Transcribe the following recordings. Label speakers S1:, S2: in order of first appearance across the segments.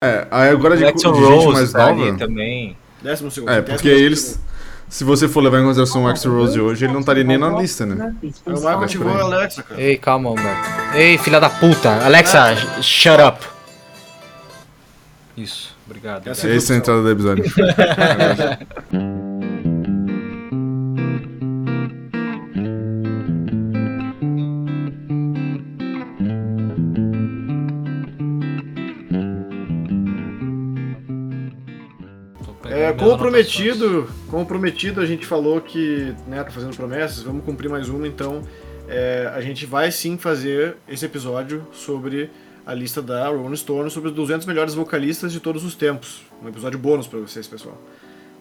S1: É, Aí agora de, de
S2: Jackson
S1: gente
S2: Rose
S1: mais
S2: tá
S1: nova.
S2: ali também.
S3: Décimo segundo.
S1: É, porque eles. Se você for levar em consideração o Axel Rose de hoje, ele não estaria nem na lista, né?
S3: É O Michael ativou a Alexa, cara.
S4: Ei, calma, Humberto. Ei, filha da puta. Alexa, sh- shut up.
S2: Isso, obrigado.
S3: Quer ser-
S1: Essa é a entrada do episódio.
S2: Tô pegando
S3: É,
S2: ela
S3: como
S2: na
S3: prometido, como prometido, a gente falou que, né, tá fazendo promessas, vamos cumprir mais uma, então é, a gente vai sim fazer esse episódio sobre a lista da Rolling Stone, sobre os 200 melhores vocalistas de todos os tempos. Um episódio bônus pra vocês, pessoal.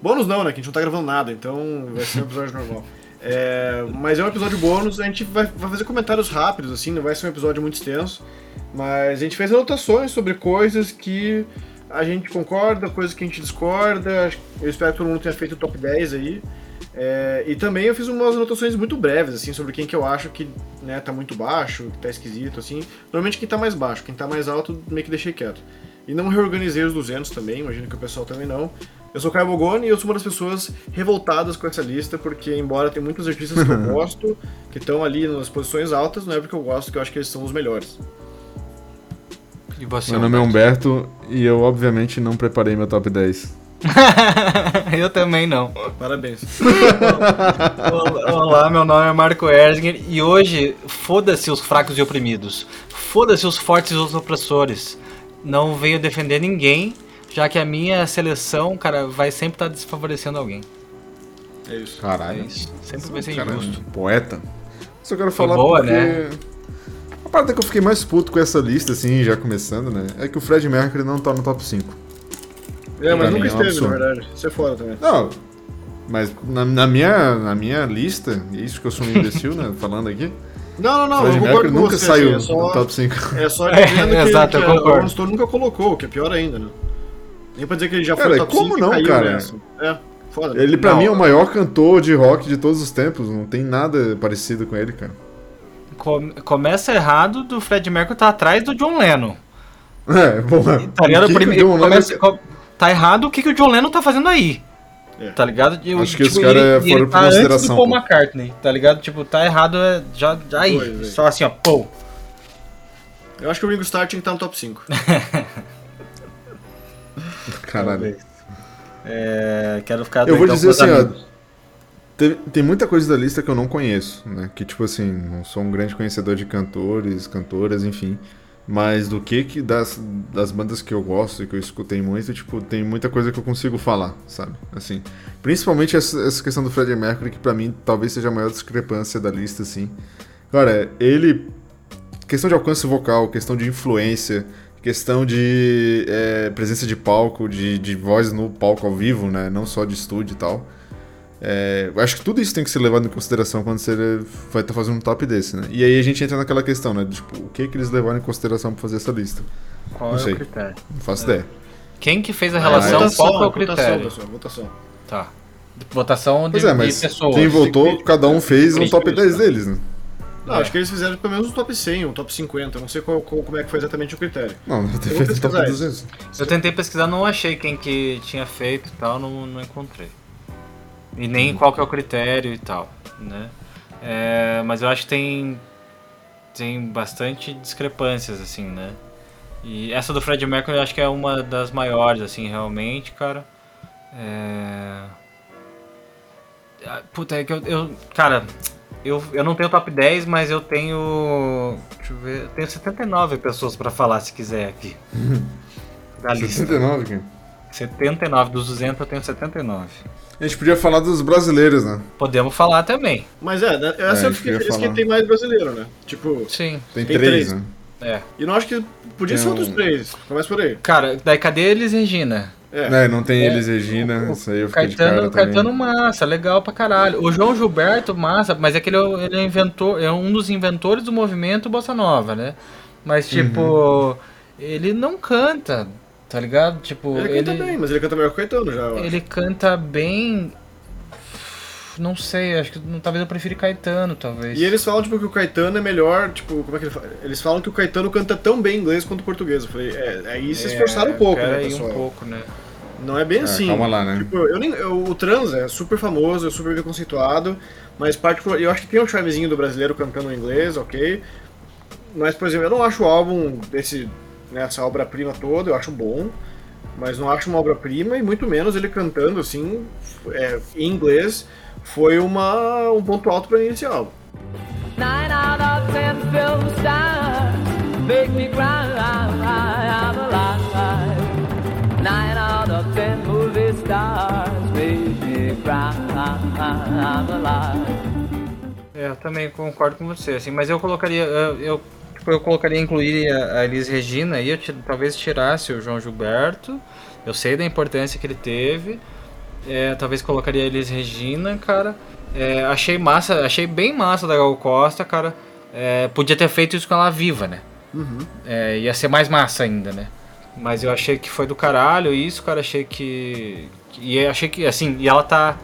S3: Bônus não, né, que a gente não tá gravando nada, então vai ser um episódio normal. É, mas é um episódio bônus, a gente vai, vai fazer comentários rápidos, assim, não vai ser um episódio muito extenso, mas a gente fez anotações sobre coisas que a gente concorda, coisas que a gente discorda. Acho- Eu espero que todo mundo tenha feito o top 10 aí. É, e também eu fiz umas anotações muito breves, assim, sobre quem que eu acho que né, tá muito baixo, que tá esquisito, assim. Normalmente quem tá mais baixo, quem tá mais alto, meio que deixei quieto. E não reorganizei os 200 também, imagino que o pessoal também não. Eu sou o Caio Bogoni e eu sou uma das pessoas revoltadas com essa lista, porque embora tem muitos artistas que eu gosto, que estão ali nas posições altas, não é porque eu gosto que eu acho que eles são os melhores.
S2: calça. E você,
S1: Meu nome é Humberto e eu, obviamente, não preparei meu top 10.
S4: Eu também não.
S3: Parabéns.
S4: Olá, olá, meu nome é Marco Erzinger e hoje foda-se os fracos e oprimidos. Foda-se os fortes e os opressores. Não venho defender ninguém, já que a minha seleção, cara, vai sempre estar desfavorecendo alguém.
S3: É isso.
S1: Caralho.
S2: É isso.
S4: Sempre vai ser
S1: Cara,
S4: injusto.
S1: Poeta. Só quero falar
S4: boa,
S1: porque...
S4: né?
S1: A parte que eu fiquei mais puto com essa lista, assim, já começando, né? É que o Fred Mercury não tá no top 5.
S3: É, mas
S1: Pra mim
S3: nunca
S1: é um
S3: esteve, na
S1: absurdo.
S3: verdade. Isso é foda também.
S1: Não, mas na, na minha, na minha lista, e isso que eu sou um imbecil, né? Falando aqui.
S3: Não, não, não.
S1: Fred
S3: eu
S1: Mercury
S3: concordo com
S1: nunca
S3: você,
S1: saiu
S3: assim,
S1: do
S3: é só,
S1: top 5.
S3: é só dizendo
S4: É,
S3: que,
S4: exato, eu
S3: que
S4: concordo.
S3: a Rolling Stone nunca colocou, o que é pior ainda, né? Nem pra dizer que ele já
S1: Cara,
S3: foi top
S1: como
S3: 5 e
S1: não,
S3: caiu
S1: cara?
S3: nessa. É, foda. né?
S1: Ele, pra
S4: Não.
S1: mim, é o maior cantor de rock de todos os tempos. Não tem nada parecido com ele, cara.
S4: Com- começa errado do Fred Mercury tá atrás do John Lennon.
S1: É, porra.
S4: Tá ligado?
S1: O que que
S4: Prime-
S1: deu um nome-
S4: começa- co- tá errado o que, que o John Lennon tá fazendo aí.
S3: É.
S4: Tá ligado? Eu,
S1: Acho que os caras
S4: ele- e
S1: foram
S4: ele
S1: por
S4: tá antes do
S1: consideração,
S4: Paul
S1: pô.
S4: McCartney, tá ligado? Tipo, tá errado é, já, já aí.
S3: Pois é.
S4: Só assim, ó, pô.
S3: Eu acho que o Ringo Starr tinha que estar no top 5.
S1: Caralho.
S4: É, quero ficar
S1: Eu vou
S4: doidão
S1: dizer
S4: com os
S1: assim, ó,
S4: amigos.
S1: Tem, tem muita coisa da lista que eu não conheço, né? Que, tipo assim, não sou um grande conhecedor de cantores, cantoras, enfim. Mas do que que das, das bandas que eu gosto e que eu escutei muito, tipo, tem muita coisa que eu consigo falar, sabe? Assim, principalmente essa, essa questão do Freddie Mercury, que pra mim talvez seja a maior discrepância da lista, assim. Cara, ele... Questão de alcance vocal, questão de influência, questão de é, presença de palco, de, de voz no palco ao vivo, né? Não só de estúdio e tal. É, eu acho que tudo isso tem que ser levado em consideração quando você vai estar fazendo um top desse, né? E aí a gente entra naquela questão, né? Tipo, o que que eles levaram em consideração pra fazer essa lista?
S4: Qual
S1: não
S4: é
S1: sei.
S4: o critério?
S1: Não faço ideia.
S4: Quem que fez a relação?
S3: Votação,
S4: qual que é o
S3: Votação,
S4: critério?
S3: pessoal, votação.
S4: Tá. Votação de,
S1: Pois é,
S4: de
S1: mas
S4: pessoas.
S1: quem votou, cada um fez um top 10 deles, né?
S3: Não,
S4: É.
S3: acho que eles fizeram pelo menos um top 100, um top 50. eu Não sei qual, qual- como é que foi exatamente o critério.
S1: Não, deve ter
S3: Eu vou
S1: feito um top
S3: pesquisar
S1: 200.
S4: Eu tentei pesquisar, não achei quem que tinha feito e tal, não, não encontrei. E nem qual que é o critério e tal, né? É, mas eu acho que tem, tem bastante discrepâncias, assim, né? E essa do Fred Mercury eu acho que é uma das maiores, assim, realmente, cara. É... Ah, Puta, é que eu... eu- cara, eu, eu não tenho top 10, mas eu tenho... Deixa eu ver... Eu tenho 79 pessoas pra falar, se quiser, aqui. da lista.
S1: 69, cara.
S4: 79, dos 200 eu tenho 79.
S1: A gente podia falar dos brasileiros, né?
S4: Podemos falar também.
S3: Mas é, né, essa
S1: É,
S3: eu fiquei
S1: eu ia
S3: feliz
S1: falar.
S3: que tem mais brasileiro, né? Tipo,
S4: Sim.
S1: Tem,
S3: Tem
S1: três,
S3: três.
S1: né?
S4: É.
S3: e não acho que podia
S1: Tem
S3: ser outros
S1: um-
S3: três. Começa por aí.
S4: Cara, daí cadê eles, Regina?
S3: É.
S1: É, não tem eles, Regina, isso aí eu fiquei
S4: Caetano,
S1: de cara
S4: Caetano massa, legal pra caralho. O João Gilberto, massa, mas é que ele, é o- ele é inventor, é um dos inventores do movimento Bossa Nova, né? Mas
S3: Uhum.
S4: tipo, ele não canta, tá ligado? Tipo,
S3: Ele canta bem, mas ele canta melhor que o Caetano já, eu acho.
S4: ele canta bem. não sei, acho que não- talvez eu prefira Caetano, talvez.
S3: E eles falam, tipo, que o Caetano é melhor, tipo, como é que ele fala? Eles falam que o Caetano canta tão bem inglês quanto português. Eu falei, é, aí se esforçaram
S4: É,
S3: um pouco, né,
S4: peraí,
S3: pessoal?
S4: um pouco, né?
S3: Não é bem
S1: Ah,
S3: assim.
S1: calma lá, né?
S3: Tipo, eu nem, eu- o trans é super famoso, é super bem conceituado, mas particular, eu acho que tem um charmezinho do brasileiro cantando em inglês, ok. Mas, por exemplo, eu não acho o álbum desse, nessa obra-prima toda, eu acho bom, mas não acho uma obra-prima e muito menos ele cantando assim é, em inglês foi uma, um ponto alto pra mim nesse álbum.
S5: Nine out of ten film stars make me cry. I'm alive. Nine out of ten movie stars make me cry. I'm alive.
S4: É, eu também concordo com você, assim, mas eu colocaria, eu, eu, tipo, eu colocaria incluir a, a Elis Regina e eu ti- talvez tirasse o João Gilberto. Eu sei da importância que ele teve. É, talvez colocaria a Elis Regina, cara. É, achei massa, achei bem massa da Gal Costa, cara. É, podia ter feito isso com ela viva, né? É, ia ser mais massa ainda, né? Mas eu achei que foi do caralho isso, cara. Achei que. que- E eu achei que, assim, e ela tá.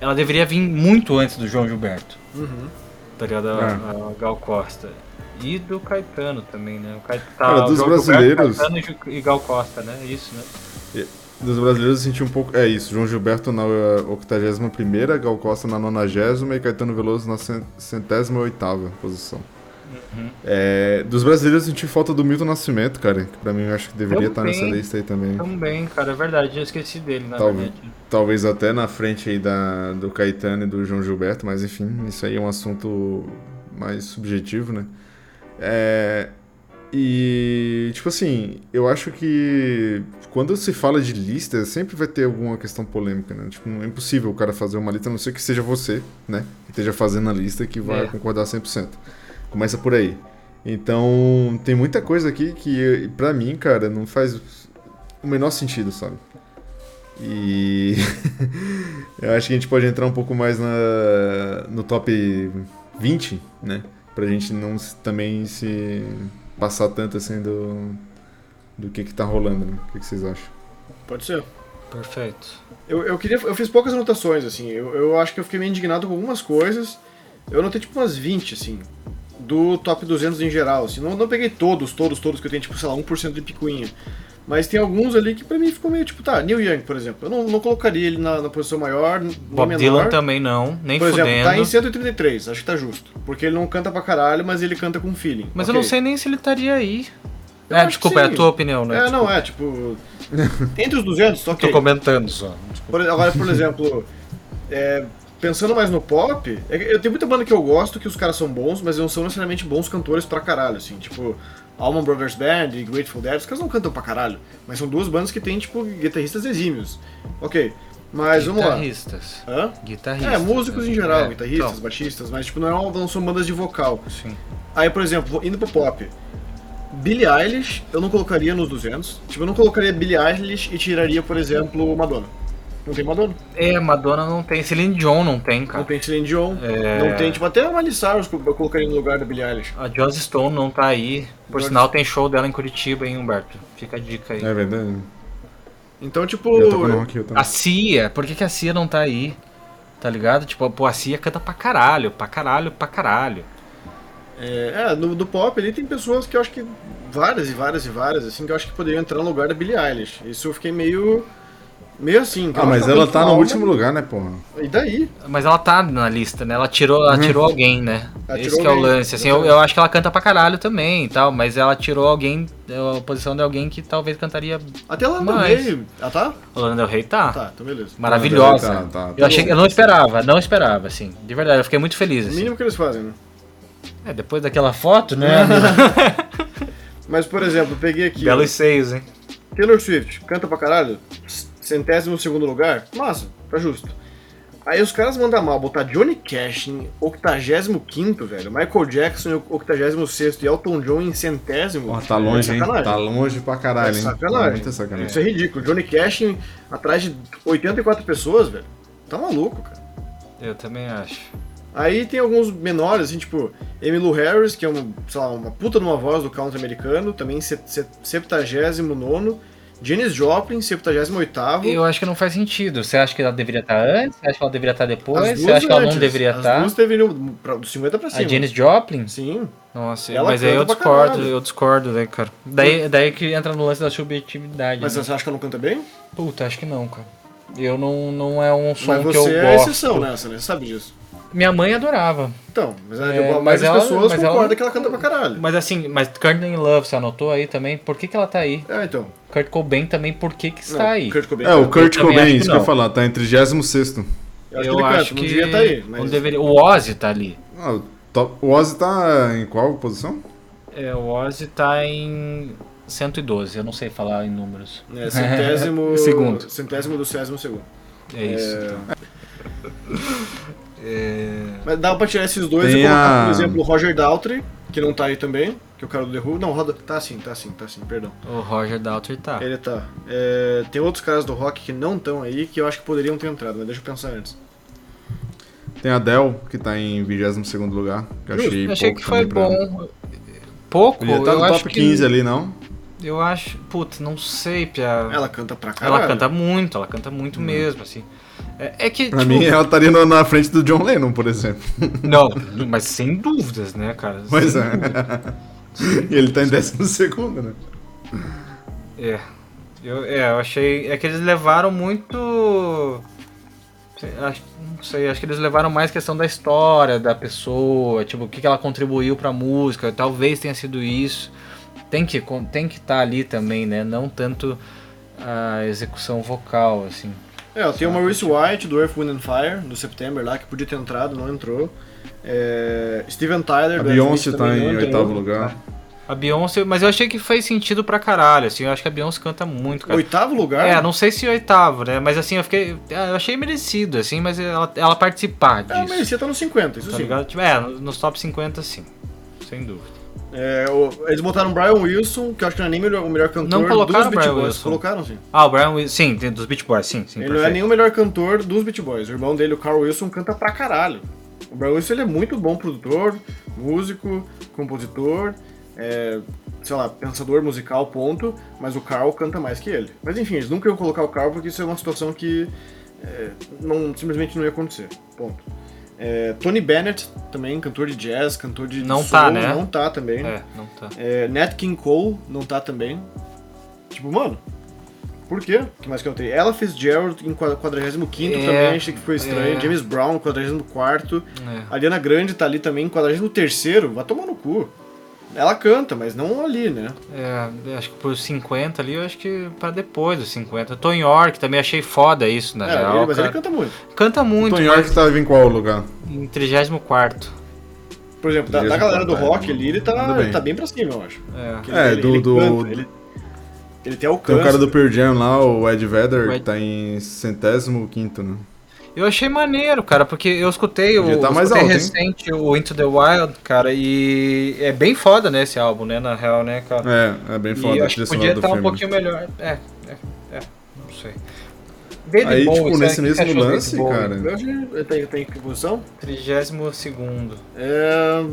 S4: Ela deveria vir muito antes do João Gilberto. Tá ligado?
S1: É.
S4: A, a Gal Costa. E do Caetano também, né? O Caetano, tá,
S1: Cara,
S4: o
S1: dos
S4: João
S1: brasileiros-
S4: Gilberto, Caetano e Ju- e Gal Costa, né? Isso, né?
S1: Dos brasileiros eu senti um pouco. É isso, João Gilberto na eh, 81, Gal Costa na 90 e Caetano Veloso na cen- centésima oitava posição. É, dos brasileiros eu senti falta do Milton Nascimento, cara, que pra mim eu acho que deveria estar
S4: Também.
S1: nessa lista aí também.
S4: Também, cara, é verdade. Eu esqueci dele, na
S1: Talvez.
S4: verdade.
S1: Talvez até na frente aí da, do Caetano e do João Gilberto, mas enfim, isso aí é um assunto mais subjetivo, né? É, e, tipo assim, eu acho que quando se fala de lista, sempre vai ter alguma questão polêmica, né? Tipo, é impossível o cara fazer uma lista, a não ser que seja você, né? Que esteja fazendo a lista que vai
S4: É.
S1: concordar 100%. Começa por aí. Então, tem muita coisa aqui que, pra mim, cara, não faz o menor sentido, sabe? E eu acho que a gente pode entrar um pouco mais na, no top 20, né? Pra gente não se- também se passar tanto assim do, do que que tá rolando, né? O que, que vocês acham?
S3: Pode ser.
S4: Perfeito.
S3: Eu, eu queria, eu fiz poucas anotações, assim. Eu, eu acho que eu fiquei meio indignado com algumas coisas. Eu anotei tipo umas 20, assim, do top 200 em geral, assim. Não, não peguei todos, todos, todos que eu tenho, tipo, sei lá, 1% de picuinha. Mas tem alguns ali que pra mim ficou meio tipo, tá, Neil Young, por exemplo. Eu não, não colocaria ele na, na posição maior, nem
S4: Bob
S3: menor.
S4: Dylan também não, nem
S3: Por exemplo,
S4: fudendo.
S3: tá em 133, acho que tá justo. Porque ele não canta pra caralho, mas ele canta com feeling.
S4: Mas eu
S3: Ok.
S4: não sei nem se ele estaria aí.
S3: Eu
S4: é,
S3: acho que
S4: desculpa, é
S3: sim.
S4: a tua opinião, né?
S3: É, não,
S4: Desculpa.
S3: é, tipo. Entre os 200, ok.
S4: Tô comentando só.
S3: Por- agora, por exemplo, é, pensando mais no pop, é que eu tenho muita banda que eu gosto, que os caras são bons, mas não são necessariamente bons cantores pra caralho, assim, tipo. Allman Brothers Band e Grateful Dead, os caras não cantam pra caralho, mas são duas bandas que têm, tipo, guitarristas exímios. Ok, mas vamos lá.
S4: Guitarristas.
S3: Hã?
S4: Guitarristas.
S3: É, músicos em geral,
S4: É,
S3: guitarristas,
S1: então.
S3: baixistas, mas, tipo, não, é uma- não são bandas de vocal.
S4: então, sim.
S3: Aí, por exemplo, indo pro pop. Billie Eilish, eu não colocaria nos 200. Tipo, eu não colocaria Billie Eilish e tiraria, por exemplo, Madonna. Não tem Madonna.
S4: É, Madonna não tem. Celine Dion não tem,
S3: Não
S4: cara.
S3: tem Celine Dion.
S1: É.
S3: Não tem, tipo, até a Miley Cyrus eu colocaria no lugar da Billie Eilish.
S4: A Joss Stone não tá aí. Por
S3: Joss-
S4: sinal, tem show dela em Curitiba, hein, Humberto? Fica a dica aí.
S1: É verdade.
S3: Então, tipo...
S1: Eu tava no Rock Hill também.
S4: A Cia, por que, que a Cia não tá aí? Tá ligado? Tipo, pô, a Cia canta pra caralho, pra caralho, pra caralho.
S3: É, é, no, do pop ali tem pessoas que eu acho que... Várias e várias e várias, assim, que eu acho que poderiam entrar no lugar da Billie Eilish. Isso eu fiquei meio... Meio assim. que
S1: Ah,
S3: eu acho
S1: mas
S3: que
S1: ela
S3: tem
S1: tá no
S3: alma,
S1: último lugar, né, porra?
S3: E daí?
S4: Mas ela tá na lista, né? Ela tirou, ela tirou alguém, né?
S3: Uhum. Ela
S4: Esse
S3: tirou
S4: que é o
S3: alguém,
S4: lance. Assim, eu, eu acho que ela canta pra caralho também e tal, mas ela tirou alguém, a posição de alguém que talvez cantaria.
S3: Até lá no
S4: Mas-
S3: meio... Ah, tá?
S4: O Lana Del Rey tá.
S3: Tá, então beleza.
S4: Maravilhosa.
S1: Tá, tá, tá.
S4: eu achei, eu não esperava, não esperava, assim. De verdade, eu fiquei muito feliz,
S3: O
S4: assim.
S3: mínimo que eles fazem, né?
S4: É, depois daquela foto, né? amigo?
S3: Mas, por exemplo, eu peguei aqui...
S4: Belos seios, hein?
S3: Taylor Swift, canta pra caralho, centésimo segundo lugar, massa, tá justo. Aí os caras mandam mal botar Johnny Cash em 85 velho, Michael Jackson em 86 e Elton John em centésimo.
S1: Ó, tá longe,
S3: é
S1: hein?
S3: sacanagem.
S1: Tá longe pra caralho,
S3: É
S1: hein?
S3: sacanagem.
S1: Muita sacanagem.
S3: Isso é ridículo. Johnny Cash em- atrás de 84 pessoas, velho. Tá maluco, cara.
S4: Eu também acho.
S3: Aí tem alguns menores, assim, tipo Emmylou Harris, que é um, sei lá, uma puta numa voz do country americano, também em set- set- 79 Janis Joplin, 78º.
S4: Eu acho que não faz sentido. Você acha que ela deveria estar antes? Você acha que ela deveria estar
S3: As
S4: depois? Você
S3: duas
S4: acha que ela não
S3: antes.
S4: deveria
S3: As
S4: estar?
S3: duas deveriam, pra, dos 50 pra
S4: A
S3: cima.
S4: Janis Joplin?
S3: Sim.
S4: Nossa,
S3: Ela
S4: mas aí eu
S3: canta pra
S4: discordo,
S3: caralho.
S4: eu discordo, né, cara? Daí, daí que entra no lance da subjetividade.
S3: Mas é
S4: né?
S3: você acha que ela não canta bem?
S4: Puta, acho que não, cara. Eu não, não é um som
S3: Mas
S4: que eu
S3: você é a
S4: gosto.
S3: exceção nessa, né? Você sabe disso.
S4: Minha mãe adorava.
S3: Então, mas,
S4: É,
S3: é,
S4: mas
S3: mas
S4: ela-
S3: as pessoas
S4: mas ela-
S3: concordam que ela canta pra caralho.
S4: Mas assim, mas Kurt in Love, você anotou aí também? Por que, que ela tá aí?
S3: Ah, então.
S4: Kurt Cobain também, por que, que está
S3: Não,
S4: tá aí?
S3: Kurt Cobain
S1: É, o
S3: canta.
S1: Kurt
S4: também acho
S1: Cobain,
S4: que
S1: isso que eu
S4: não.
S1: ia falar, tá em 36
S3: Eu acho que ele canta, não devia estar aí. Mas...
S4: não deveria- O Ozzy tá ali.
S1: ah, o top- O Ozzy tá em qual posição?
S4: É, o Ozzy tá em 112, eu não sei falar em números.
S3: É, centésimo...
S4: Segundo.
S3: Centésimo do césimo segundo.
S4: É isso.
S3: Mas dá pra tirar esses dois
S1: Tem
S3: e colocar,
S1: a-
S3: por exemplo, o Roger Daltrey, que não tá aí também, que é o cara do The Who. Não, roda... tá sim, tá sim, tá sim, perdão.
S4: O Roger Daltrey tá.
S3: Ele tá. É, Tem outros caras do rock que não estão aí, que eu acho que poderiam ter entrado, mas deixa eu pensar antes.
S1: Tem a Dell, que tá em 22 lugar, que eu
S3: Justo,
S1: achei
S4: Eu achei
S1: pouco
S4: que foi
S1: também pra ela.
S4: bom. Pouco?
S1: Podia estar
S4: eu
S1: tá no
S4: acho
S1: top
S4: que-
S1: 15 ali, não?
S4: Eu acho. Putz, não sei, Pia.
S3: Ela canta pra caralho.
S4: Tá. Ela canta muito, ela canta muito mesmo, assim. É, é que.
S1: Hum. Pra
S4: tipo,
S1: mim, ela estaria no- na frente do John Lennon, por exemplo.
S4: Não, mas sem dúvidas, né, cara?
S1: Mas
S4: Sem
S1: é.
S4: dúvidas.
S1: E ele tá em 12, né?
S4: É. Eu, é, eu achei. É que eles levaram muito. sei, acho- Não sei, acho que eles levaram mais questão da história da pessoa, tipo, o que que ela contribuiu pra música, talvez tenha sido isso. Tem que estar tem que tá ali também, né? Não tanto a execução vocal, assim.
S3: É, ó, tem o Maurice White do Earth, Wind and Fire, do September lá, que podia ter entrado, não entrou. É, Steven Tyler,
S1: A
S3: do
S1: Beyoncé
S3: Aerosmith,
S1: tá
S3: também
S1: em
S3: não entrou.
S1: oitavo
S4: né?
S1: lugar.
S4: Tá. A Beyoncé, mas eu achei que fez sentido pra caralho, assim, eu acho que a Beyoncé canta muito, cara.
S3: Oitavo lugar?
S4: É, não sei se oitavo, né? Mas assim, eu fiquei. Eu achei merecido, assim, mas ela, ela participar disso.
S3: É, merecia estar nos 50, isso
S4: Tá
S3: sim.
S4: ligado? Tipo, é, nos top 50 sim. Sem dúvida.
S3: É, o- eles botaram Brian Wilson, que eu acho que não é nem o melhor- o melhor cantor
S4: Não colocaram
S3: dos
S4: Brian
S3: Beach Boys.
S4: Wilson.
S3: Colocaram, sim.
S4: Ah, o Brian Wilson. Sim, tem- dos Beach Boys, sim, sim.
S3: ele não é
S4: perfeito.
S3: nem o melhor cantor dos Beach Boys. O irmão dele, o Carl Wilson, canta pra caralho. O Brian Wilson ele é muito bom produtor, músico, compositor, é, sei lá, pensador musical, ponto. Mas o Carl canta mais que ele. Mas enfim, eles nunca iam colocar o Carl porque isso é uma situação que é, não, simplesmente não ia acontecer. Ponto. É, Tony Bennett, também, cantor de jazz, cantor de
S4: Não
S3: soul,
S4: tá, né?
S3: Não tá também.
S4: É, não tá.
S3: É, Nat King Cole não tá também. Tipo, mano, por quê? O que mais que eu tenho? Ela fez Gerald em 45
S4: É,
S3: também, achei que foi estranho.
S4: é.
S3: James Brown, 44.
S4: É.
S3: A Ariana Grande tá ali também, 43. Vai tomar no cu. Ela canta, mas não ali, né?
S4: É, acho que por 50 ali, eu acho que pra depois dos 50. Tony York também achei foda isso, na
S3: É,
S4: real.
S3: ele- mas
S4: cara.
S3: ele canta muito.
S4: Canta muito,
S1: Tom York tava em qual lugar?
S4: mas em 34.
S3: Por exemplo, da, da
S1: Mesmo
S3: galera do
S1: cantando,
S3: rock ali, ele tá,
S1: manda bem.
S3: ele tá bem pra cima, eu acho.
S4: É.
S1: É, do- do-
S3: canta, ele, ele
S1: Tem
S3: tem alcance.
S1: o cara do Pearl Jam lá, o Ed Vedder,
S4: O
S1: que
S4: Ed-
S1: tá em centésimo quinto, né?
S4: Eu achei maneiro, cara, porque eu escutei
S1: Podia
S4: o
S1: tá
S4: eu
S1: mais
S4: escutei
S1: alto, hein?
S4: recente o Into the Wild, cara, e é bem foda, né, esse álbum, né, na real, né, cara?
S1: É, é bem
S4: E
S1: foda a
S4: acho
S1: trilha
S4: que
S1: sonora
S4: podia
S1: do
S4: estar
S1: filme.
S4: um pouquinho melhor. É, é, é, não sei. David
S1: Aí,
S4: Bowie,
S1: tipo,
S4: sabe?
S1: nesse
S4: O que é
S1: mesmo
S4: você achou do
S1: lance,
S4: David
S1: cara,
S3: Eu acho que ele tem, tem que posição.
S4: Bowie? 32
S3: É,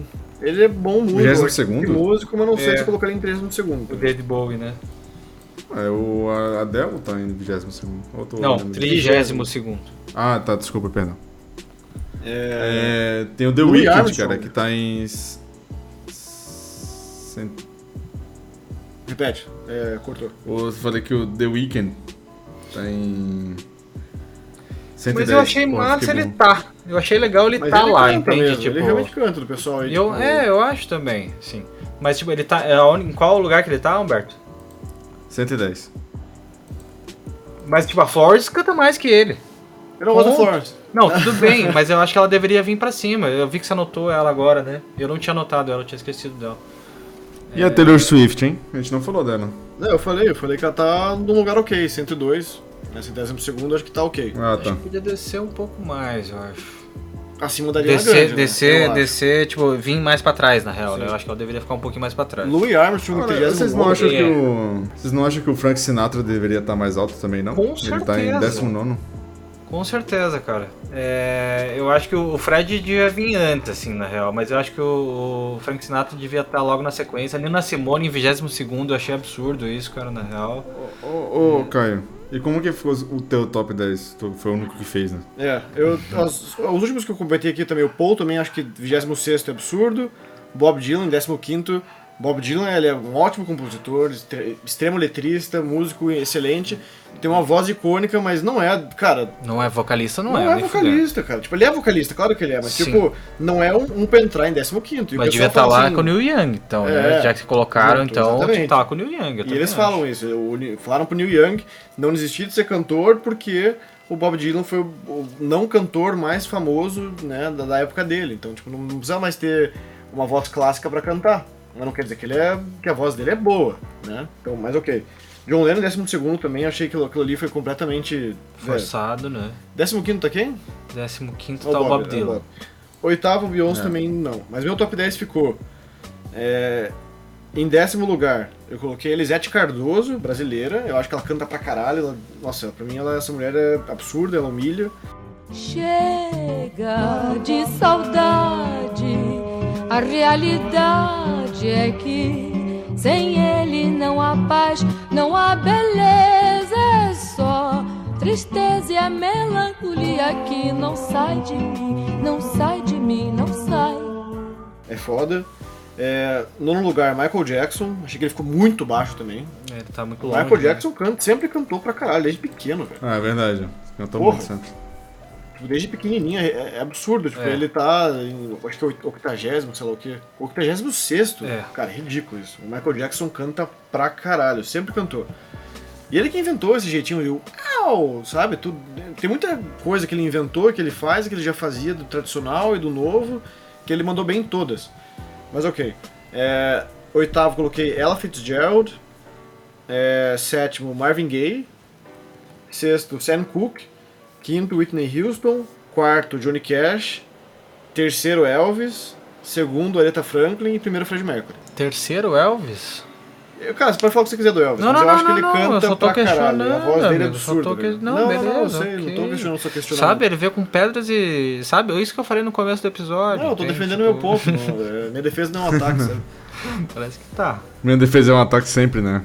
S3: ele é bom músico.
S1: 22º?
S3: é músico, mas não sei
S4: É.
S3: se colocar ele em 32 segundo.
S4: o David Bowie, né?
S1: É, o a- Adele tá em 22 segundo. Ou tô
S4: Não,
S1: olhando aqui.
S4: 32 segundo.
S1: Ah, tá, desculpa, perdão.
S3: É,
S1: É, tem o The
S3: Louis
S1: Weeknd,
S3: Armstrong.
S1: cara, que tá em... s- cent-
S3: Repete, é, cortou.
S1: Eu falei que o The Weeknd tá em... 110.
S4: Mas eu achei
S1: Porra,
S4: massa
S1: fiquei
S4: ele
S1: bom.
S4: tá. Eu achei legal ele
S3: Mas
S4: tá
S3: ele
S4: lá,
S3: canta
S4: entende?
S3: mesmo,
S4: tipo,
S3: ele realmente canta do pessoal aí.
S4: eu,
S3: tipo,
S4: é, eu acho também, sim. Mas tipo, ele tá. é a uni- Em qual lugar que ele tá, Humberto?
S1: 110.
S4: Mas tipo, a Florence canta mais que ele.
S3: Eu não gosto da
S4: Ponto.
S3: Florence.
S4: Não, tudo bem, mas eu acho que ela deveria vir pra cima. Eu vi que você anotou ela agora, né? Eu não tinha anotado ela, eu tinha esquecido dela.
S1: E a Taylor Swift, hein? A gente não falou dela.
S3: Não, eu falei, eu falei que ela tá num lugar ok, 102. Nessa décimo né, segundo, acho que tá ok.
S1: Ah,
S4: Acho
S1: tá.
S4: que podia descer um pouco mais, eu acho.
S3: Acima da Ariana
S4: É. Descer,
S3: Grande, né?
S4: descer,
S3: Eu acho.
S4: descer, tipo, vir mais pra trás, na real, né? Eu acho que ela deveria ficar um pouquinho mais pra trás.
S3: Louis Armstrong,
S1: Olha,
S3: 39.
S1: vocês não acham
S4: É.
S1: que o vocês não acham que o Frank Sinatra deveria estar mais alto tá também não?
S4: Com
S1: Ele tá em
S4: certeza.
S1: 19
S4: Com certeza, cara. É, eu acho que o Fred devia vir antes, assim, na real. Mas eu acho que o o Frank Sinatra devia estar logo na sequência. Nina Simone em 22 eu achei absurdo isso, cara, na real.
S1: Ô, ô, ô, Caio, Hum. e como que ficou o teu top 10? Tu foi o único que fez, né?
S3: É, eu, as- os últimos que eu completei aqui também, o Paul também, acho que 26 é absurdo. Bob Dylan, 15. Bob Dylan ele é um ótimo compositor, estre- extremo letrista, músico excelente, tem uma voz icônica, mas não é, cara,
S4: Não é vocalista, não,
S3: não,
S4: é.
S3: é,
S4: nem fudendo.
S3: vocalista, cara. Tipo, ele é vocalista, claro que ele é, mas
S4: Sim.
S3: tipo, não é um, um pentrar em 15.
S4: Mas devia estar
S3: assim,
S4: lá com o Neil Young, então,
S3: É,
S4: né? Já que se colocaram,
S3: exato,
S4: então,
S3: exatamente.
S4: tipo, tá com o Neil Young. eu
S3: E eles
S4: também
S3: falam isso, o Ni- falaram pro Neil Young não desistir de ser cantor porque o Bob Dylan foi o- o não cantor mais famoso né, da, da época dele. Então, tipo, não, não precisa mais ter uma voz clássica pra cantar. Mas não quer dizer que, ele é, que a voz dele é boa, né? Então, mas ok. John Lennon, 12 também, achei que aquilo aquilo ali foi completamente.
S4: acho. Forçado, né?
S3: 15 tá quem?
S4: 15
S3: Ó,
S4: tá o Bob
S3: é,
S4: Dylan. É.
S3: Bob. Oitavo Beyoncé também não. Mas meu top 10 ficou. é, em décimo lugar, eu coloquei a Elisete Cardoso, brasileira. Eu acho que ela canta pra caralho. ela- nossa, pra mim ela, essa mulher é absurda, ela humilha.
S6: Chega de saudade, a realidade é que sem ele não há paz, não há beleza, é só tristeza e a melancolia que não sai de mim, não sai de mim, não sai.
S3: É foda. É, nono lugar, Michael Jackson. Achei que ele ficou muito baixo também.
S4: Ele tá muito
S3: O
S4: longe.
S3: Michael
S4: né?
S3: Jackson canta, sempre cantou pra caralho, desde pequeno, velho.
S1: Ah, é verdade. Cantou
S3: Porra.
S1: muito sempre.
S3: Tipo, Desde pequenininho, é, é absurdo. Tipo,
S4: É.
S3: ele tá em, acho que é oit- octagésimo, sei lá o quê. Octagésimo sexto.
S4: É.
S3: Cara, é ridículo isso. O Michael Jackson canta pra caralho, sempre cantou. E ele que inventou esse jeitinho, viu? Au, sabe? Tudo, tem muita coisa que ele inventou, que ele faz, que ele já fazia do tradicional e do novo, que ele mandou bem em todas. Mas ok. É, oitavo, coloquei Ella Fitzgerald. É, sétimo, Marvin Gaye. Sexto, Sam Cooke. Quinto, Whitney Houston. Quarto, Johnny Cash. Terceiro, Elvis. Segundo, Aretha Franklin. E primeiro, Fred Mercury.
S4: Terceiro, Elvis?
S3: Eu, cara, você pode falar o que você quiser do Elvis,
S4: Não,
S3: mas
S4: não,
S3: eu acho
S4: não,
S3: que ele
S4: não, não,
S3: canta
S4: eu só tô
S3: pra caralho. A
S4: questionando,
S3: voz dele é
S4: amigo, só tô
S3: absurda.
S4: que-
S3: velho.
S4: não,
S3: não, não, eu
S4: beleza,
S3: sei, não tô
S4: ok.
S3: questionando, só questionando.
S4: Sabe, ele veio com pedras e. Sabe, é isso que eu falei no começo do episódio.
S3: Não, eu tô
S4: entende?
S3: defendendo
S4: Tipo,
S3: meu ponto. não, é, minha defesa não é um ataque, sabe?
S4: Parece que tá.
S1: Minha defesa é um ataque sempre, né?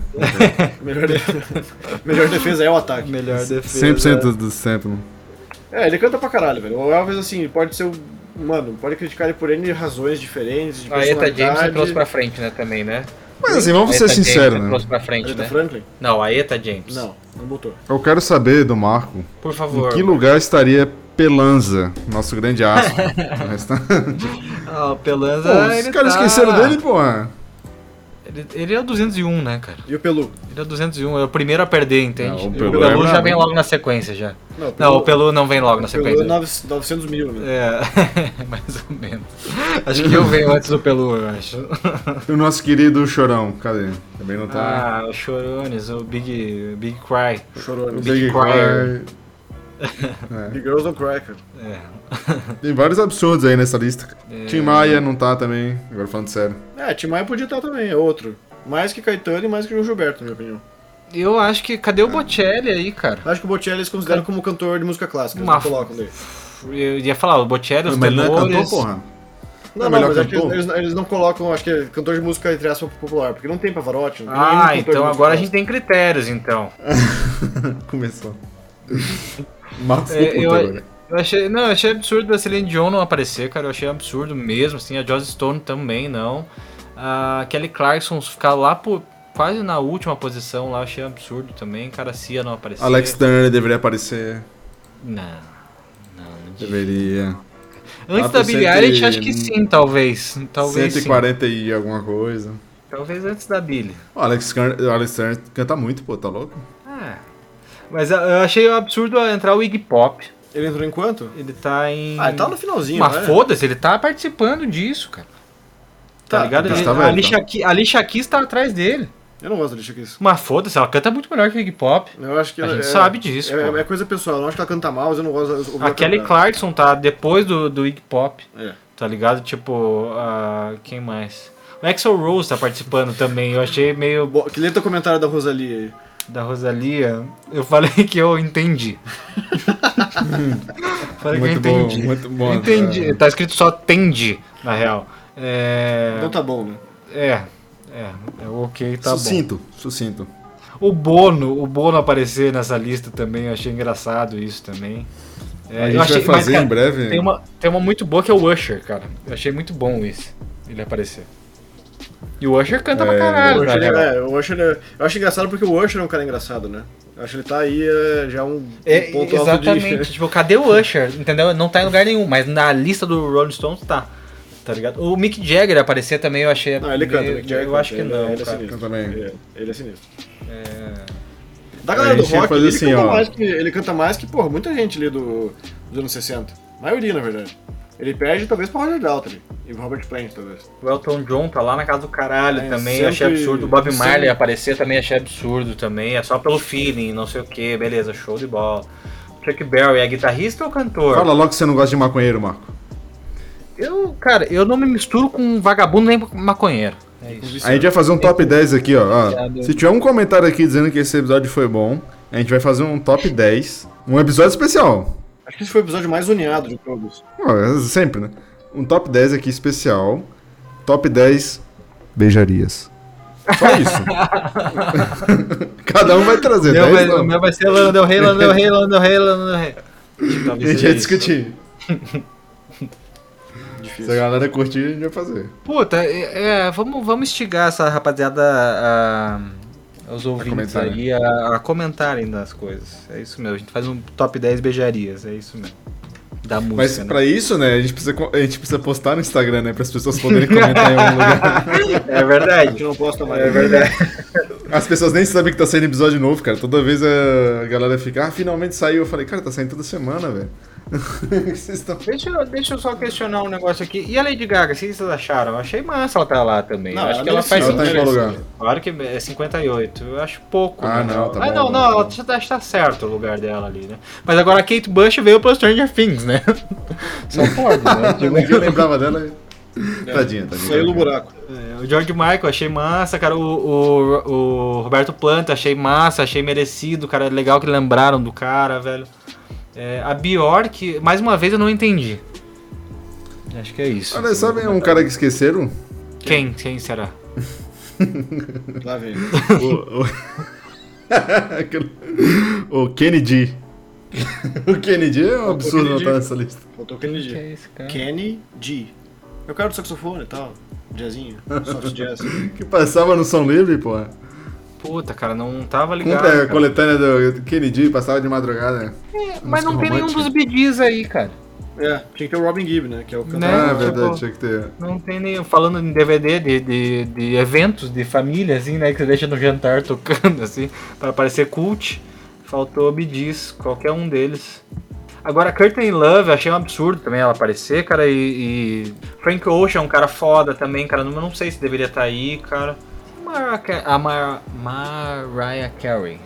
S3: Melhor, de- Melhor defesa é o ataque.
S4: Melhor defesa.
S1: 100% do sempre.
S3: É, ele canta pra caralho, velho. O Elvis, assim, ele pode ser o. Mano, pode criticar ele por N razões diferentes, de
S4: A Eta James
S3: personalidade.
S4: trouxe pra frente, né, também, né?
S1: Mas assim, vamos ser
S4: Eta James
S1: sinceros, né?
S4: trouxe pra frente,
S3: Aretha
S4: né?
S3: Franklin?
S4: Não, a Eta James.
S3: Não, não botou.
S1: Eu quero saber do Marco
S4: Por
S1: em
S4: favor.
S1: que lugar estaria Pelanza, nosso grande astro. O restante-
S4: Ah, o Pelanza.
S1: Pô, os
S4: ele
S1: caras
S4: tá-
S1: esqueceram dele, porra.
S4: Ele, ele é o 201, né, cara?
S3: E o Pelu?
S4: Ele é o 201, é o primeiro a perder, entende?
S1: Não, o
S4: o
S1: Pelu
S4: Pelu,
S1: é brabo.
S4: já vem logo na sequência já.
S3: Não,
S4: Não, o Pelu não vem logo na
S3: o Pelu é
S4: sequência.
S3: 900 900 mil, né?
S4: É, mais ou menos. Acho que eu venho antes do Pelu, eu acho.
S1: E o nosso querido Chorão, cadê? Também não tá.
S4: Ah, o Chorones, o Big, Big Cry.
S3: Chorou, né?
S1: O Big
S4: Choir.
S1: Choir.
S3: Big Girls Don't Cry, cara.
S4: É.
S1: Tem vários absurdos aí nessa lista. Tim Maia não tá também, agora falando sério.
S3: É, Tim Maia podia estar também, é outro. Mais que Caetano e mais que João Gilberto, na minha opinião.
S4: Eu acho que. Cadê
S1: Ah.
S4: o Bocelli aí, cara?
S3: Acho que o Bocelli eles consideram como cantor de música clássica, eles
S4: Uma-
S3: não colocam dele.
S4: Eu ia falar, o Bocelli, os
S1: Mas não
S4: tenores...
S1: cantou, porra.
S3: Não,
S1: É
S3: não,
S1: melhor
S3: mas acho que
S1: cantor?
S3: eles, eles não colocam, acho que é cantor de música entre aspas popular, porque não tem Pavarotti, não tem
S4: Ah,
S3: nenhum cantor de
S4: então
S3: música
S4: agora a
S3: clássica.
S4: gente tem critérios, então.
S1: Começou. Marcos
S4: É,
S1: ficou
S4: eu-
S1: puto agora.
S4: Eu achei, não, eu achei absurdo a Celine Dion não aparecer, cara. Eu achei absurdo mesmo, assim. A Joss Stone também não. A Kelly Clarkson ficar lá por, quase na última posição lá, eu achei absurdo também. Cara, a Cia não aparecer.
S1: Alex Turner deveria aparecer.
S4: Não. não, não devia.
S1: Deveria.
S4: Antes
S1: por
S4: da Billie
S1: tá cento
S4: Eilish,
S1: e-
S4: acho que sim, talvez. Talvez sim.
S1: 140 e alguma coisa.
S4: Talvez antes da Billie.
S1: O Alex, Car- o Alex Turner canta muito, pô, tá louco?
S4: Ah. Mas ah, eu achei absurdo entrar o Iggy Pop.
S3: Ele entrou em quanto?
S4: Ele tá em...
S3: Ah, ele tá no finalzinho,
S4: Mas
S3: né?
S4: foda-se, ele tá participando disso, cara. Tá,
S3: Tá,
S4: ligado?
S1: mas
S4: Ele-
S1: tá
S4: a
S1: velho,
S4: Alicia Keys- a Alicia Keys tá atrás dele.
S3: Eu não gosto do Chico isso.
S4: Mas foda-se, ela canta muito melhor que o Iggy Pop.
S3: Eu acho que
S4: A
S3: ela-
S4: gente
S3: é-
S4: sabe disso,
S3: É,
S4: pô.
S3: é coisa pessoal, eu não acho que ela canta mal, mas eu não gosto de ouvir
S4: A
S3: ela
S4: Kelly
S3: cantar.
S4: Clarkson tá depois do, do Iggy Pop,
S3: É.
S4: tá ligado? Tipo, ah, quem mais? O Axel Rose tá participando também, eu achei meio
S3: Bo- Que lê teu
S4: É.
S3: comentário da Rosalie aí.
S4: da Rosalia. Eu falei que eu entendi. Falei que eu
S1: muito bom,
S4: entendi.
S1: muito bom. né?
S4: entendi. Tá escrito só tende, na real. É.
S3: Então tá bom, né?
S4: É. É, é o ok, tá bom.
S1: sucinto, sucinto.
S4: O Bono, o Bono aparecer nessa lista também, eu achei engraçado isso também. É,
S1: a
S4: eu
S1: gente
S4: achei-
S1: vai
S4: mas,
S1: fazer
S4: cara,
S3: né?
S1: em breve.
S4: Tem uma, tem uma muito boa que é o Usher, cara. Eu achei muito bom isso, ele aparecer. E o Usher né? canta pra
S1: É,
S4: caralho,
S3: O Usher,
S4: cara.
S3: ele é- o Usher, ele é- eu acho engraçado porque o Usher é um cara engraçado, né? Eu acho que ele tá aí é, já um
S4: É,
S3: um ponto
S4: exatamente.
S3: alto de...
S4: Tipo, cadê o Usher? Entendeu? Não tá em lugar nenhum, mas na lista do Rolling Stones tá. Tá ligado? O Mick Jagger aparecer também, eu achei.
S3: Não, Ah, ele canta.
S4: meio-
S3: o Mick Jagger
S4: Eu
S3: canta,
S4: acho que
S3: ele-
S4: não.
S3: Ele é
S4: cara.
S3: sinistro.
S1: Eu também.
S3: Ele, ele é sinistro.
S4: É.
S3: Da galera
S1: A
S3: do
S1: gente ia
S3: rock,
S1: fazer
S3: ele,
S1: assim,
S3: canta
S1: ó.
S3: mais que, ele canta mais que, porra, muita gente ali do, dos anos 60. A maioria, na verdade. Ele perde talvez pra Roger Daltrey e pro Robert Plant, talvez.
S4: O Elton John tá lá na casa do caralho
S3: É,
S4: também,
S3: sempre-
S4: achei absurdo. O Bob Marley
S3: sempre-
S4: aparecer também achei absurdo também. É só pelo feeling, não sei o que, beleza, show de bola. Chuck Berry é guitarrista ou cantor?
S1: Fala logo que você não gosta de maconheiro, Marco.
S4: Eu, cara, eu não me misturo com vagabundo nem maconheiro. É isso.
S1: A gente vai fazer um top 10 aqui, ó. ó. Se tiver um comentário aqui dizendo que esse episódio foi bom, a gente vai fazer um top 10. Um episódio especial.
S3: Acho que esse foi o episódio mais uniado de todos.
S1: Ah, Sempre, né? Um top 10 aqui especial. Top 10 beijarias. Só isso. Cada um vai trazer.
S4: Meu
S1: 10
S4: vai,
S1: não.
S4: o meu vai ser Lana Del Rey, Lana Del Rey, Lana Del Rey, Lana Del Rey.
S1: A gente
S4: é
S1: ia discutir. Se a galera curtir, a gente vai fazer.
S4: Puta, é, é, vamos, vamos instigar essa rapaziada a, aos ouvintes
S1: comentar,
S4: aí a, a comentarem das coisas. É isso mesmo, a gente faz um top 10 beijarias, é isso mesmo. Da música.
S1: Mas
S4: né?
S1: pra isso, né, a gente precisa, co- a gente precisa postar no Instagram, né? As pessoas poderem comentar em algum lugar.
S4: É
S3: A gente
S4: verdade.
S3: não posta mais.
S4: É verdade.
S1: As pessoas nem sabem que tá saindo episódio novo, cara. Toda vez a galera fica, ah, finalmente saiu. Eu falei, cara, tá saindo toda semana, velho. Vocês estão.
S4: Deixa eu, deixa eu só questionar um negócio aqui. E a Lady Gaga, o que vocês acharam? Eu achei massa ela tá lá também.
S3: Não,
S4: eu acho
S3: ela
S4: que ela
S3: merecia,
S4: faz
S1: ela tá em
S4: sentido.
S1: qual lugar?
S4: Claro que é 58, eu acho pouco.
S1: Ah,
S4: né?
S1: não, tá
S4: ah,
S1: bom,
S4: não,
S1: tá
S4: não,
S1: bom.
S4: ela já tá- tá certo o lugar dela ali, né? Mas agora a Kate Bush veio pro Stranger Things, né? Só pode,
S1: Um Eu
S4: né?
S1: nem lembrava dela. Tadinha, tadinha.
S3: Saiu do buraco.
S4: É, o George Michael achei massa, cara. O, o, o Roberto Planta achei massa, achei merecido, cara. É Legal que lembraram do cara, velho. É, a Bjork, mais uma vez eu não entendi. Acho que é isso.
S1: Olha, sabe um cara que esqueceram?
S4: Quem? Quem será?
S3: Lá vem.
S1: o, o... o Kennedy. O Kennedy é um absurdo não
S3: Kennedy.
S1: estar nessa lista.
S3: Faltou o Kennedy.
S4: é esse cara?
S3: Kenny G. Eu quero saxofone e tal. Jazzinho. Soft jazz.
S1: Que passava no Som Livre, porra.
S4: Puta, cara, não tava ligado.
S1: Compre é a
S4: cara.
S1: coletânea do Kennedy, passava de madrugada. né?
S4: Mas não tem nenhum
S1: romântica.
S4: dos BDs aí, cara.
S3: É, tinha que ter o Robin Gibb, né? Que é o cantor.
S4: Né?
S1: Ah, é
S4: tipo-
S1: verdade, tinha que ter.
S4: Não tem nenhum. Falando em DVD de, de, de eventos, de família, assim, né? Que você deixa no jantar tocando, assim, pra parecer cult. Faltou BDs, qualquer um deles. Agora, Curtain Love, eu achei um absurdo também ela aparecer, cara. E, e Frank Ocean é um cara foda também, cara. Não, não sei se deveria estar aí, cara. Mariah Ca- a Mar- Mariah Carey.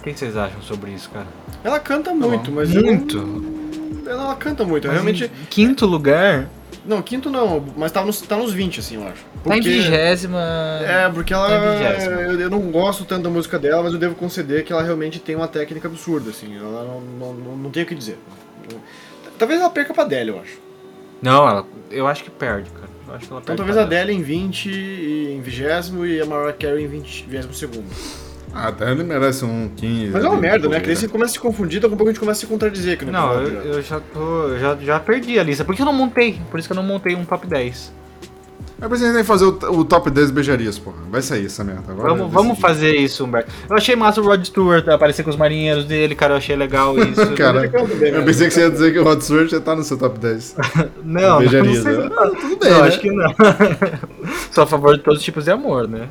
S4: O que vocês acham sobre isso, cara?
S3: Ela canta muito, mas. eu-
S4: Tá Muito.
S3: ela, ela canta muito. realmente.
S4: Em Quinto lugar,
S3: Não, quinto não, mas tá nos, tá nos 20, assim, eu acho.
S4: tá em
S3: Porque-
S4: vigésima.
S3: É, porque ela. é,
S4: Tá em vigésima.
S3: eu, eu não gosto tanto da música dela, mas eu devo conceder que ela realmente tem uma técnica absurda, assim. Ela não, não, não, não tem o que dizer. Talvez ela perca pra Adele, eu acho.
S4: Não, ela, eu acho que perde, cara. Eu acho que ela
S3: Então
S4: perde
S3: talvez a
S4: pra
S3: Adele em 20, e em 20 e a Mariah Carey em 20, 22.
S1: Ah, até ele merece um 15.
S3: Mas é uma
S1: ali,
S3: merda, né?
S1: bobeira.
S3: Que daí você começa a se confundir, daqui a pouco a gente começa a se contradizer. Que no tá
S4: Não,
S3: episódio
S4: eu,
S3: já.
S4: eu já tô. Eu já, já perdi a lista. Por que eu não montei? Por isso que eu não montei um top 10.
S1: Eu preciso nem fazer o, o top 10 beijarias, porra. Vai sair essa merda. Agora eu
S4: vamos, vamos
S1: decidi.
S4: fazer isso, Humberto. Eu achei massa o Rod Stewart aparecer com os marinheiros dele, cara. Eu achei legal isso.
S1: Cara,
S3: Ele canta bem,
S1: eu
S3: né?
S1: pensei que você ia dizer que o Rod Stewart já tá no seu top 10.
S4: não, não, não
S1: beijarias,
S4: sei.
S1: né?
S4: Não,
S1: Tudo bem,
S4: eu
S1: né?
S4: acho que não. Só a favor de todos os tipos de amor, né?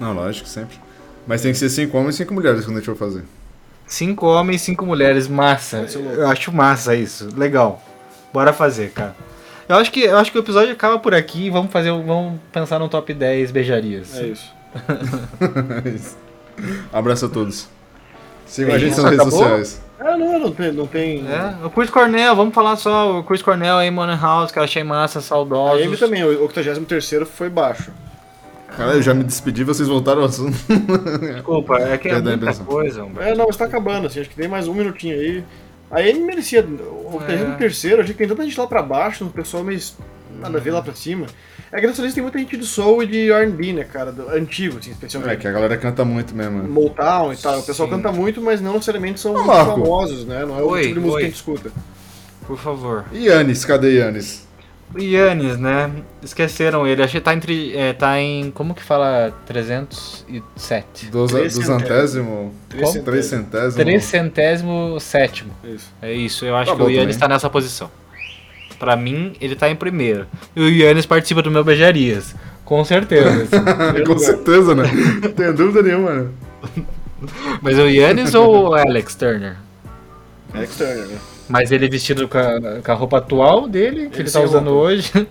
S1: Não, lógico, sempre. Mas tem que ser 5 homens e 5 mulheres quando a gente for fazer.
S4: Cinco homens, cinco mulheres, massa. Eu acho massa isso. Legal. Bora fazer, cara. Eu acho que, eu acho que o episódio acaba por aqui. Vamos fazer, um- vamos pensar no top 10 beijarias.
S3: É isso.
S1: Abraço a todos. Sigam
S4: É
S1: a gente
S4: isso,
S1: nas redes
S4: acabou?
S1: sociais.
S3: Ah, não, não tem. Não tem...
S4: É, o Chris Cornell, vamos falar só. O Chris Cornell aí, Money House, que eu achei massa,
S3: A
S4: saudosos.
S3: Amy também, o 83 foi baixo.
S1: Cara, eu já me despedi, vocês voltaram ao assunto.
S4: Desculpa, é que é
S1: Perdão,
S4: muita
S1: Benção.
S4: coisa, Humberto. tá
S3: É, não, mas tá acabando, assim, acho que tem mais um minutinho aí. Aí ele merecia. O
S2: É.
S3: terceiro terceiro, eu achei que tem tanta gente lá pra baixo, um pessoal meio nada a ver lá pra cima. É que nessa lista tem muita gente de soul e de RB, né, cara? Do, antigo, assim,
S1: É,
S3: especialmente.
S1: que a galera canta muito mesmo. né?
S3: Motown e tal. O pessoal
S2: Sim.
S3: canta muito, mas não necessariamente são muito
S1: Marco.
S3: famosos, né? Não é o
S2: Oi,
S3: tipo de música
S2: oi.
S3: que a gente escuta.
S2: Por favor.
S1: E Yannis, cadê Yannis?
S4: O Yannis, né? Esqueceram ele. Achei que tá entre. É, tá em. Como que fala? 307.
S1: Do
S3: Três
S1: centésimo?
S3: Três
S1: Como? Três centésimo?
S4: 307 sétimo.
S3: Isso.
S4: É isso, eu acho
S1: Tá
S4: que
S1: bom
S4: o Yannis
S1: também.
S4: tá nessa posição. Pra mim, ele tá em primeiro. E o Yannis participa do meu Beijarias. Com certeza. assim.
S1: Com certeza, né? Não tenho dúvida nenhuma, né?
S4: Mas é o Yannis ou o Alex Turner?
S3: É externo, né?
S4: Mas ele vestido com a, com a roupa atual dele, que ele,
S3: Ele
S4: tá
S3: sem
S4: usando
S3: roupa.
S4: hoje.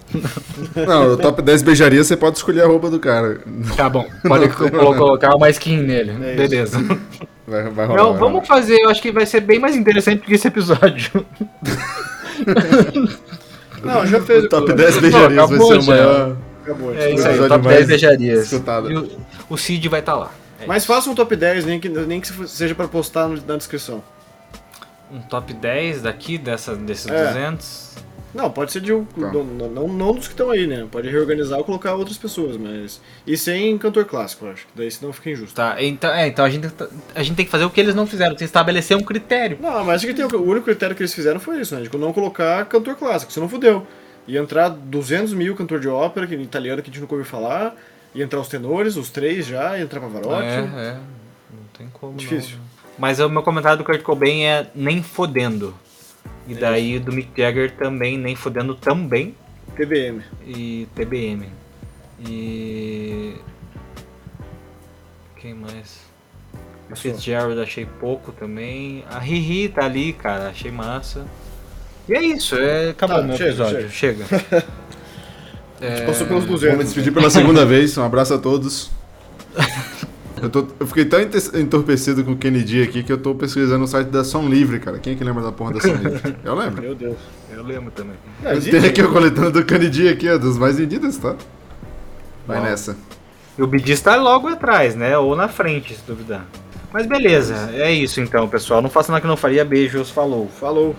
S1: Não, o top 10 beijaria, você pode escolher a roupa do cara.
S4: Tá bom, pode
S1: Não,
S4: colo- colocar uma skin nele.
S3: É isso.
S4: Beleza.
S1: Vai, vai rolar.
S4: Não,
S1: vai
S4: vamos fazer, eu acho que vai ser bem mais interessante que esse episódio.
S3: Não, já
S1: rolar.
S3: fez
S1: O top 10 beijarias vai
S4: acabou
S1: ser o
S4: já.
S1: maior.
S3: Acabou,
S4: É
S3: isso.
S4: isso aí,
S1: Episódio
S4: o top
S1: mais
S4: 10 beijarias.
S1: escutado.
S4: E o, o Cid vai estar lá.
S3: Mas faça um top 10, nem que, nem que seja pra postar no- na descrição.
S4: Um top 10 daqui, dessa, desses
S3: É.
S4: 200.
S3: Não, pode ser de um.
S1: Tá.
S3: Não, não, não dos que estão aí, né? Pode reorganizar ou colocar outras pessoas, mas. E sem cantor clássico, eu acho. que Daí senão fica injusto.
S4: Tá, então, é, então a, gente, tá- a gente tem que fazer o que eles não fizeram, tem que estabelecer um critério.
S3: Não, mas acho que tem, o único critério que eles fizeram foi isso, né? De não colocar cantor clássico, senão fudeu. Ia entrar 200 mil cantor de ópera, que em italiano que a gente nunca ouviu falar. Ia entrar os tenores, os três já, ia entrar Pavarotti.
S4: É, é. Não tem como.
S3: Difícil.
S4: não. Mas o meu comentário do Kurt Cobain é nem fodendo. E daí do Mick Jagger também, nem fodendo também.
S3: TBM.
S4: E TBM. E. Quem mais? A
S3: Pessoal.
S4: Fitzgerald achei pouco também. A Riri tá ali, cara, achei massa. E é isso, é... acabou
S3: Tá,
S4: o meu
S3: chega,
S4: episódio. Chega. É,
S3: Passou pelos
S1: Vamos me
S3: 200.
S1: despedir pela segunda vez. Um abraço a todos. Eu, tô- eu fiquei tão ente- entorpecido com o Kennedy aqui que eu tô pesquisando o site da Som Livre, cara. Quem é que lembra da porra da Som Livre? Eu lembro.
S3: Meu Deus.
S4: Eu lembro também.
S3: Não,
S1: Eu
S3: existe,
S1: tenho aqui
S3: né?
S1: a coletânea do Kennedy aqui, ó, dos mais vendidas, tá? Vai
S4: Uau.
S1: nessa.
S4: E o Bidis tá logo atrás, né? Ou na frente, se duvidar. Mas beleza, é isso então, pessoal. Não faça nada que eu não faria. Beijos, falou.
S3: Falou.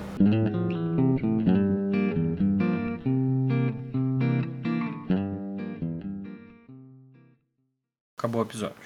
S4: Acabou o episódio.